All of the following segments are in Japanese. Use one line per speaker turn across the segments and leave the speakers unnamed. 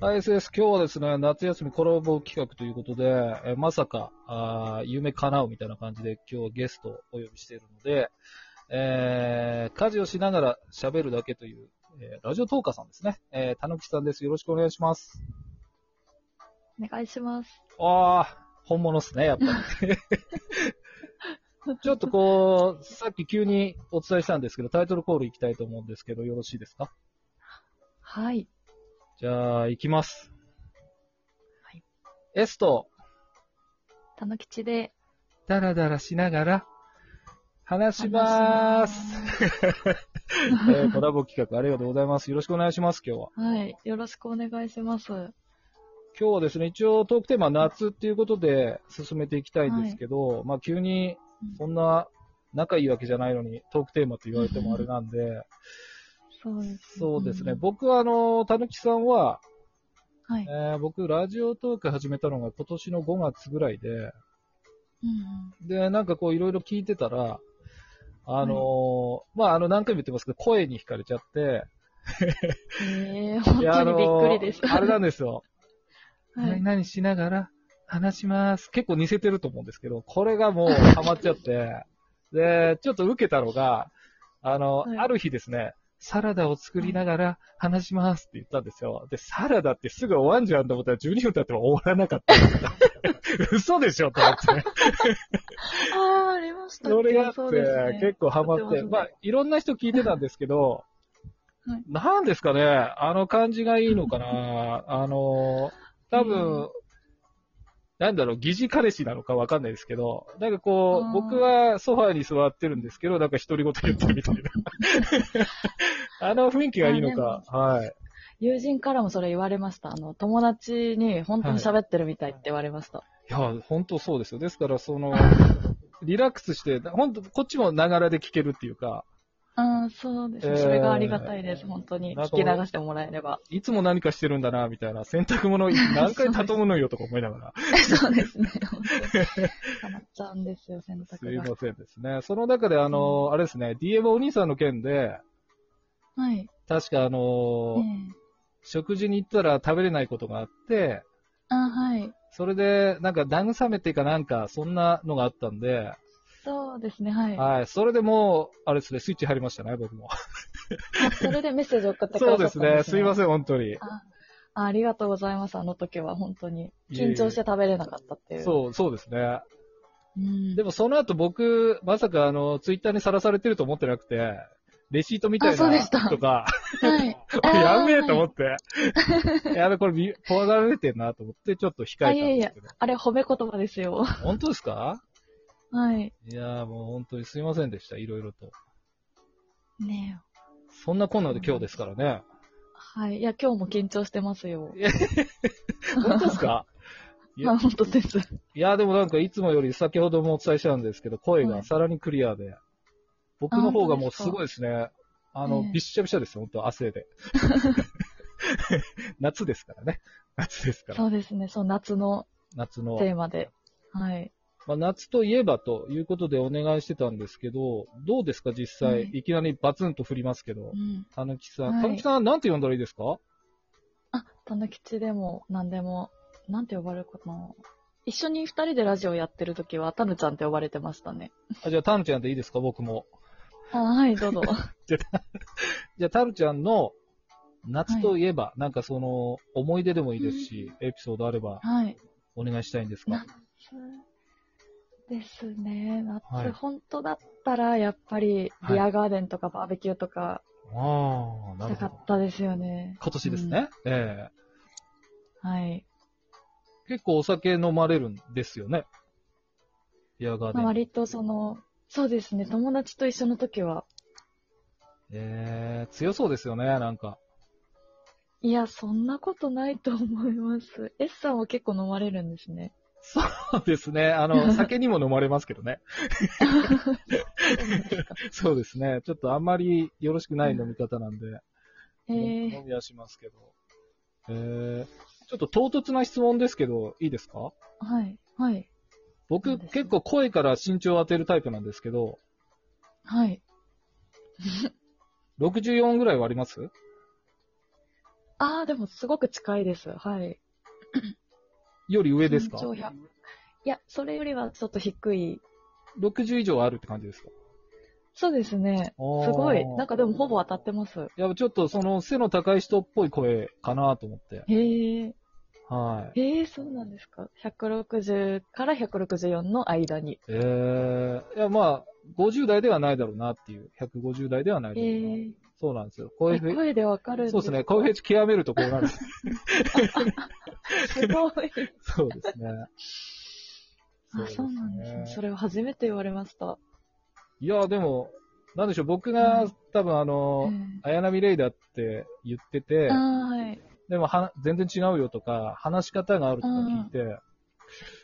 ISS、今日はですね、夏休みコラボ企画ということで、えまさか、あー夢叶うみたいな感じで、今日はゲストをお呼びしているので、えー、家事をしながら喋るだけという、えーラジオトーカーさんですね。えー、たぬきさんです。よろしくお願いします。
お願いします。
ああ、本物っすね、やっぱ り。ちょっとこう、さっき急にお伝えしたんですけど、タイトルコール行きたいと思うんですけど、よろしいですか
はい。
じゃあ、行きます。
はい。
エスト、
たぬきちで。
ダラダラしながら、話しまーす。えーコラボ企画ありがとうございます。よろしくお願いします、今日は。
はい。よろしくお願いします。は
今日はですね、一応トークテーマは夏っていうことで進めていきたいんですけど、まあ急にそんな仲いいわけじゃないのにトークテーマと言われてもあれなんで、
そうです。
そうですね、
ん
僕はあの、たぬきさんは、
はい。
えー僕ラジオトーク始めたのが今年の5月ぐらいで、
うん
で、なんかこういろいろ聞いてたら、あのーまあ、あの、何回も言ってますけど、声に惹かれちゃって、
うん。えー、
いやあの
本当にびっ
ー
くりです。
あれなんですよ。
はい。
何々しながら話します。結構似せてると思うんですけど、これが もうハマっちゃって、で、ちょっと受けたのが、あの、
はい
ある日ですね、サラダを作りながら話しますって言ったんですよ。で、サラダってすぐ終わんじゃんと思ったら12分経っても終わらなかった。 嘘でしょと思って。
ああ、ありましたっけ
それがあって
そうです、ね。
結構ハマっ
やって
て、
ますね
まあ、いろんな人聞いてたんですけど、
はい
なんですかね、あの感じがいいのかな、あの、多分、
う
なんだろう、疑似彼氏なのかわかんないですけど、なんかこ
あ
う、
ー
僕はソファーに座ってるんですけど、なんか独り言言ってるみたいな。 あの雰囲気がいいのか。はい。
友人からもそれ言われました。あの、友達に本当に喋ってるみたいって言われました。
いや、本当そうですよ。ですから、その、リラックスして、本当こっちもながらで聞けるっていうか、
ああ、そうですね、
えー
それがありがたいです。本当に。
なん
聞
か
き流してもらえれば。
いつも何かしてるんだな、みたいな。洗濯物何回畳むのよとか思いなが ら。
そうですね。本当に。 ハマっちゃうんですよ、選
すい
択
ま
が。
せんですね。その中で、あの、あれですね、DM お兄さんの件で、
はい。
確かあの、
ね
食事に行ったら食べれないことがあって、
えあはい。
それで、なんか慰めてかなんか、そんなのがあったんで、
そうですね、はい。
はい、それでもう、あれですね、スイッチ入りましたね、僕も。
それでメッセージを送ってくだ
そ
さ
う
ったん
で
ですす、ね。
ね、すいま
ん。
せん、本当に。
あありがとうございます、あの時は、本当に。
いえいえ
緊張して食べれなかったっていう。
そう、そうですね。
うん。
で
も、
もその後僕、まさかあの、ツイッターにさらされてると思ってなくて、レシートみたい
あそうでし
な
た
とか、
はい。
やべえと思
って。
って。 やべ、これ見、怖がられてんなと思って、ちょっと控えたん
あいえい
ですけ
え
ど。
あれ、褒め言葉ですよ。
本当ですか
はい。
いやーもう本当にすいませんでした、いろいろと。
ねえ。
そんなこんなで今日ですから ね。
はい。いや、今日も緊張してますよ。
本当です かいや
あ、本当です。
いやーでもなんかいつもより先ほどもお伝えしたんですけど、声
は
が
い
さらにクリアで、僕の方がもう
あ本当です
す
か
ごいですね。あの
え、え
びっしゃびしゃですよ、本当汗 で。 夏ですからね。夏ですから。
そうですね、そう、夏の
夏の。
テーマで。はい。
まあ、夏といえばということでお願いしてたんですけど、どうですか、実際、
はい
い、きなりバツンと降りますけど
う、ん。
たぬきさ
は
ん、
い
たぬきさん、なんて呼んだらいいですか
あ、たぬきちでも、なんでも、なんて呼ばれるかな。一緒に二人でラジオやってる時は、たぬちゃんって呼ばれてましたね。
あじゃあ、たぬちゃんでいいですか、僕も。
あ、はい、どうぞ。
じゃあ、たぬちゃんの夏といえば、なんかその、思い出でもいいですし、エピソードあれば
はい。
お願いしたいんですが。
夏ですね。夏、
はい
本当だったら、やっぱり、
はい
ビアガーデンとかバーベキューとか
ああ、な
し
る
たか
ほど。
ったですよね。
今年ですね、ええ
はい。
結構お酒飲まれるんですよね。ビアガーデ
まあ、
ン。
割とその、そうですね、友達と一緒の時は、
ええ強そうですよね、なんか。
いや、そんなことないと思います。S さんは結構飲まれるんですね。
そうですね。あ の、酒にも飲まれますけどね。そうですね。ちょっとあんまりよろしくない飲み方なんで、
えー
飲、みはしますけど。えー、ちょっと唐突な質問ですけど、いいですか
はい、はい、
僕
何ですか
結構声から身長を当てるタイプなんですけど、
はい。
64ぐらいはあります
ああ、でもすごく近いです。はい。
より上ですか
身長100いや、それよりはちょっと低い。
?60 以上あるって感じですか
そうですね。
す
すごい。なん
か。
かでもほぼ当たってます。
いや、ちょっとその背の高い人っぽい声かなと思って。
へえ。
はい。
ええそうなんですか。160から164の間に。
えー、いや、まあ、50代ではないだろうなっていう。150代ではないだ
え
ろうな。
え
そうなんですよ。声フェ
声でわかるん
そうですね。声フェチ極めるとこうなる。
すごい。
そうですね。
あ、そうなんですね。それを初めて言われました。
いや、でも、なんでしょう、僕
う
が
ん
多分あ
え
の、
え
綾波レイだって言ってて
あ、あ、はい。
でもは全然違うよとか、話し方があるとか聞いて、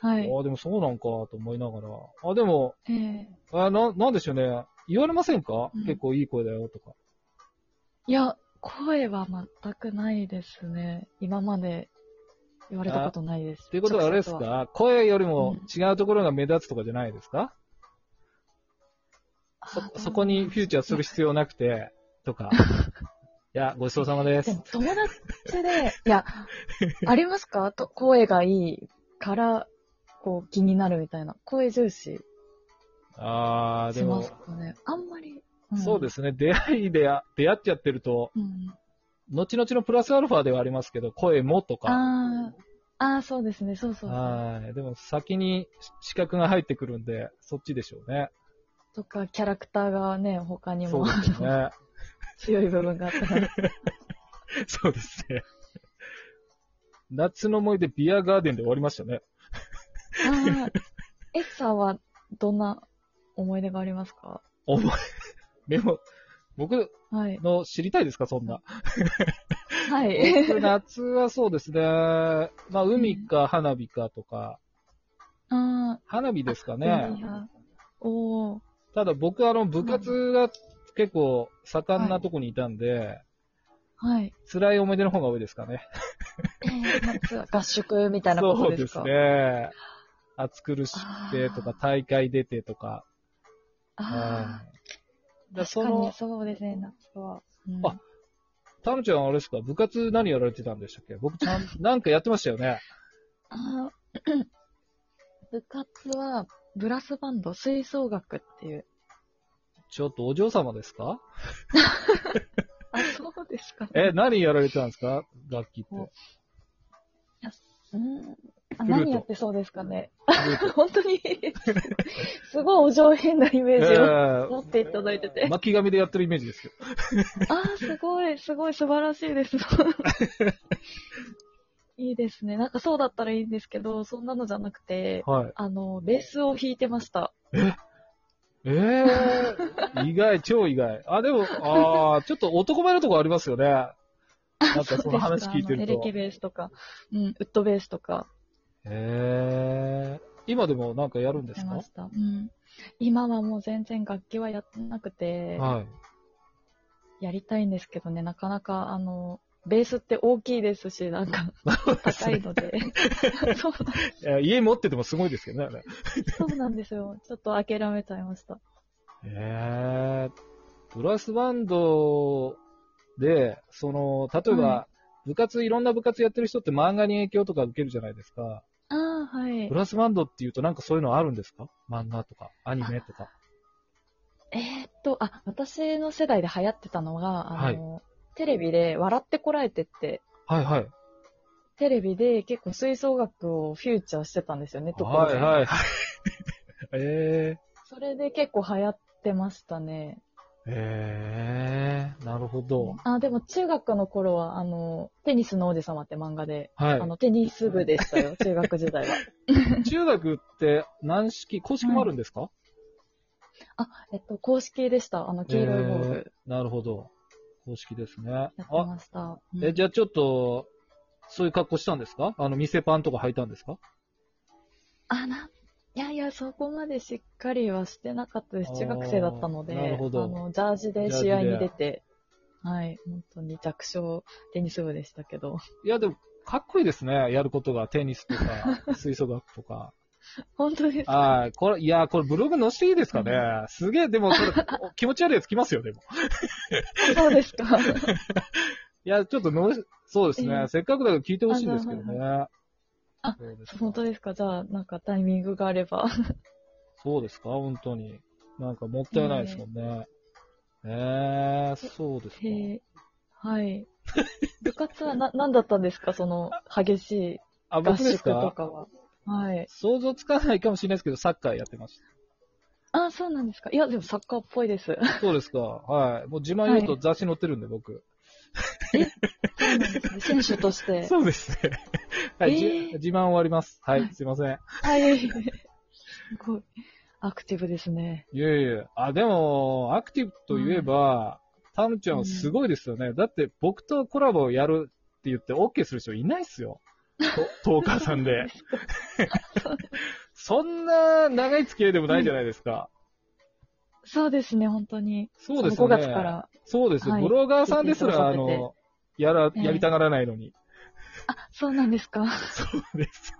はい。
ああ、でもそうなんかと思いながら、あ、でも、
ええ
あななんでしょうね、言われませんか、
うん
結構いい声だよとか。
いや、声は全くないですね。今まで言われたことないです。
っていうことはあれです
直接は
か声よりも
うん
違うところが目立つとかじゃないですか、
あー
そそこにフューチャーする必要なくて、と か。いや、ごちそうさまで。
ですも友達で、いや、ありますかと声がいいから、こう気になるみたいな。声重視
あー、で
しま
も
す、かね。あんまり。。
そうですすね。出会いであ出会っちゃってると、
うん、
後々のプラスアルファではありますけど、声もとか。
あーあー、そうですね。そうそうそう。
はい。でも先に資格が入ってくるんで、そっちでしょうね。
とか、キャラクターがね、他に
そ
も
うですね。
強い部分があったら。
そうですね。夏の思い出、ビアガーデンで終わりましたね。
あーエッサーはどんな思い出がありますか
お前、 でも、僕
はい。
の知りたいですか、そん な。
はい。
僕夏はそうですね。まあ、海か花火かとか、
あ
花火ですか
あ、
ね。
いやおお。
ただ僕、あの、部活が結構盛んなとこにいたんで、
はい。
辛い思い出の方が多いですかね。
えー、夏は合宿みたいなことですか
そうですね。暑苦し
あ
くて
ー
とか、大会出てとか。
あ
うん
あ、
だ
確
そ
かに
の、
そうですね、夏は。うん
あタムちゃんはあれですか、部活何やられてたんでしたっけ僕ち ゃん、なんかやってましたよね。
あー部活は、ブラスバンド、吹奏楽っていう。
ちょっとお嬢様ですか
あ、そうですか、
え、何やられてたんですか楽器って。
おうん。あ
フルート
何やってそうですかね。
フルート
本当に、すごいお上品なイメージ
え
を持っていただいてて
ー。 巻き髪でやってるイメージですよ。
ああ、すごい、すごい、素晴らしい です。いいですね。なんかそうだったらいいんですけど、そんなのじゃなくて、
はい。
あの、ベースを弾いてました。
え ー、意外、超意外。あ、でも、あーちょっと男前のとこありますよね。なんかその話聞いて
あの
る
エレ
と
キ。ベースとか、うん、ウッドベースとか
えー、今でもなんかやるんで
やって
す
ま
か
した。うん。今はもう全然楽器はやってなくて、
はい。
やりたいんですけどね、なかなか、あの、ベースって大きいですし、な んか、高いので。 そうなん
いや家持っててもすごいですけどね。あれ
そうなんですよ。ちょっと諦めちゃいました。
えー、ブラスバンドで、その、例えば
は、
部活、いろんな部活やってる人って漫画に影響とか受けるじゃないですか。
ああ、はい
ブ。ラスバンドっていうとなんかそういうのあるんですか漫画とか、アニメとか。
えーっと、あ、私の世代で流行ってたのが、あの、テレビで、笑ってこらえてって、
はいはい。
テレビで結構吹奏楽をフューチャーしてたんですよね、ところ
は
で。
いはいはい。 え
それで結構流行ってましたね。
ー、えー、なるほど。
あ、でも中学の頃は、あの、テニスの王子様って漫画で、
は
あの、テニス部でし たよ、中学時代は。
い。中学って軟式、公式もあるんですか、
あ、えっと、公式でした。あの、黄色いボール
なるほど。公式ですね。
やって
あ、
ました。うん
え、じゃあちょっと、そういう格好したんですかあの、店パンとか履いたんですか
あ、な、いやいや、そこまでしっかりはしてなかったで
あ
す。
ー
中学生だったので、
なるほど
あの、ジャージで
ジャージで
試合に出て、はい、本当に弱小テニス部でしたけど、
いや、でも、かっこいいですね。やることが、テニスと か、吹奏楽とか。
本当ですか
はい。これ、いや、これブログ載せていいですかね。すげえ、でも、それ、お気持ち悪いやつきますよ、でも。
そうですか
いや、ちょっとの、そうですね、
ええ
せっかくだから聞いてほしいんですけどね。
あ
そうですか
本当ですかじゃあ、なんかタイミングがあれば。
そうですか本当に。なんかもったいないですもんね。ええそうですか。
へえ。はい。部活はな、 なんだったんですかその、激しい
あ、
合
僕で
宿
す
と
か
かは。はい。
想像つかないかもしれないですけど、サッカーやってまし
あ、そうなんですか。いや、でもサッカーっぽいです。
た。そうですか。はい。もう自慢言うと雑誌載ってるんで、僕。
そうなんですね。選手と して。
そうですね。はい、じ
ええ
自慢終わります。は、
はいい
すいません。
はい。すごい。アクティブですね。
いえいえ。あ、でも、アクティブといえば、タムちゃんはすごいですよね。だって、僕とコラボをやるって言って OK する人いないっすよ。 とトーカーさんで。そんな長い付き合いでもないじゃないですか。
そうですね、本当に。
そうです
そ
よ
の
ね。
5月から。
そうですよ。
はい
ブロガーさんですら、あ
聞いていただけて
の、やら、
ええ
やりたがらないのに。
そうなんですか。
そうです。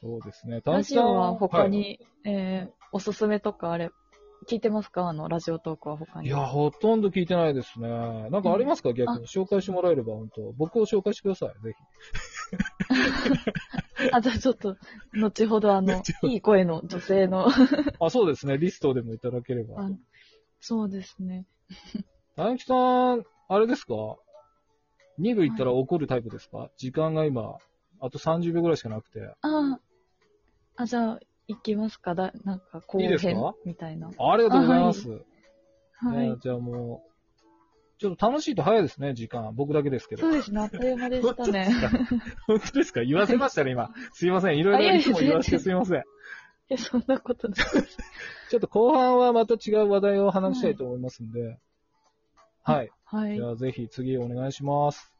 そうですね。
ラジオは他
はい
に、えー、おすすめとかあれ、聞いてますかあの、ラジオトークは他
い
に。
や、ほとんど聞いてないですね。なんかありますか、逆に。紹介してもらえれば、本当僕を紹介してください、ぜ
あ、じゃあちょっと、 後ほどあの、いい声の女性の、
ひ。あ、そうですね。リストでもいただければ
あ。そうですね。
大木さん、あれですか二部行ったら怒るタイプですか、時間が今、あと30秒ぐらいしかなくて。
ああ、じゃあ、行きますかだ、なんか、後
いいです
編
か
みたいな。
ありがとうございます。
は
ね
い。
じゃあもう、ちょっと楽しいと早いですね、時間。僕だけですけど
そ。うですね、あっという間でした ね。
本当ですか言わせましたね、今。すいません。いろい
あい
ろ
やいや
いつも言わせて
全然
すいません。
いや、そんなことないです。
ちょっと後半はまた違う話題を話したいと思いますんで。はい。
はい
じ。ゃあぜひ次お願いします。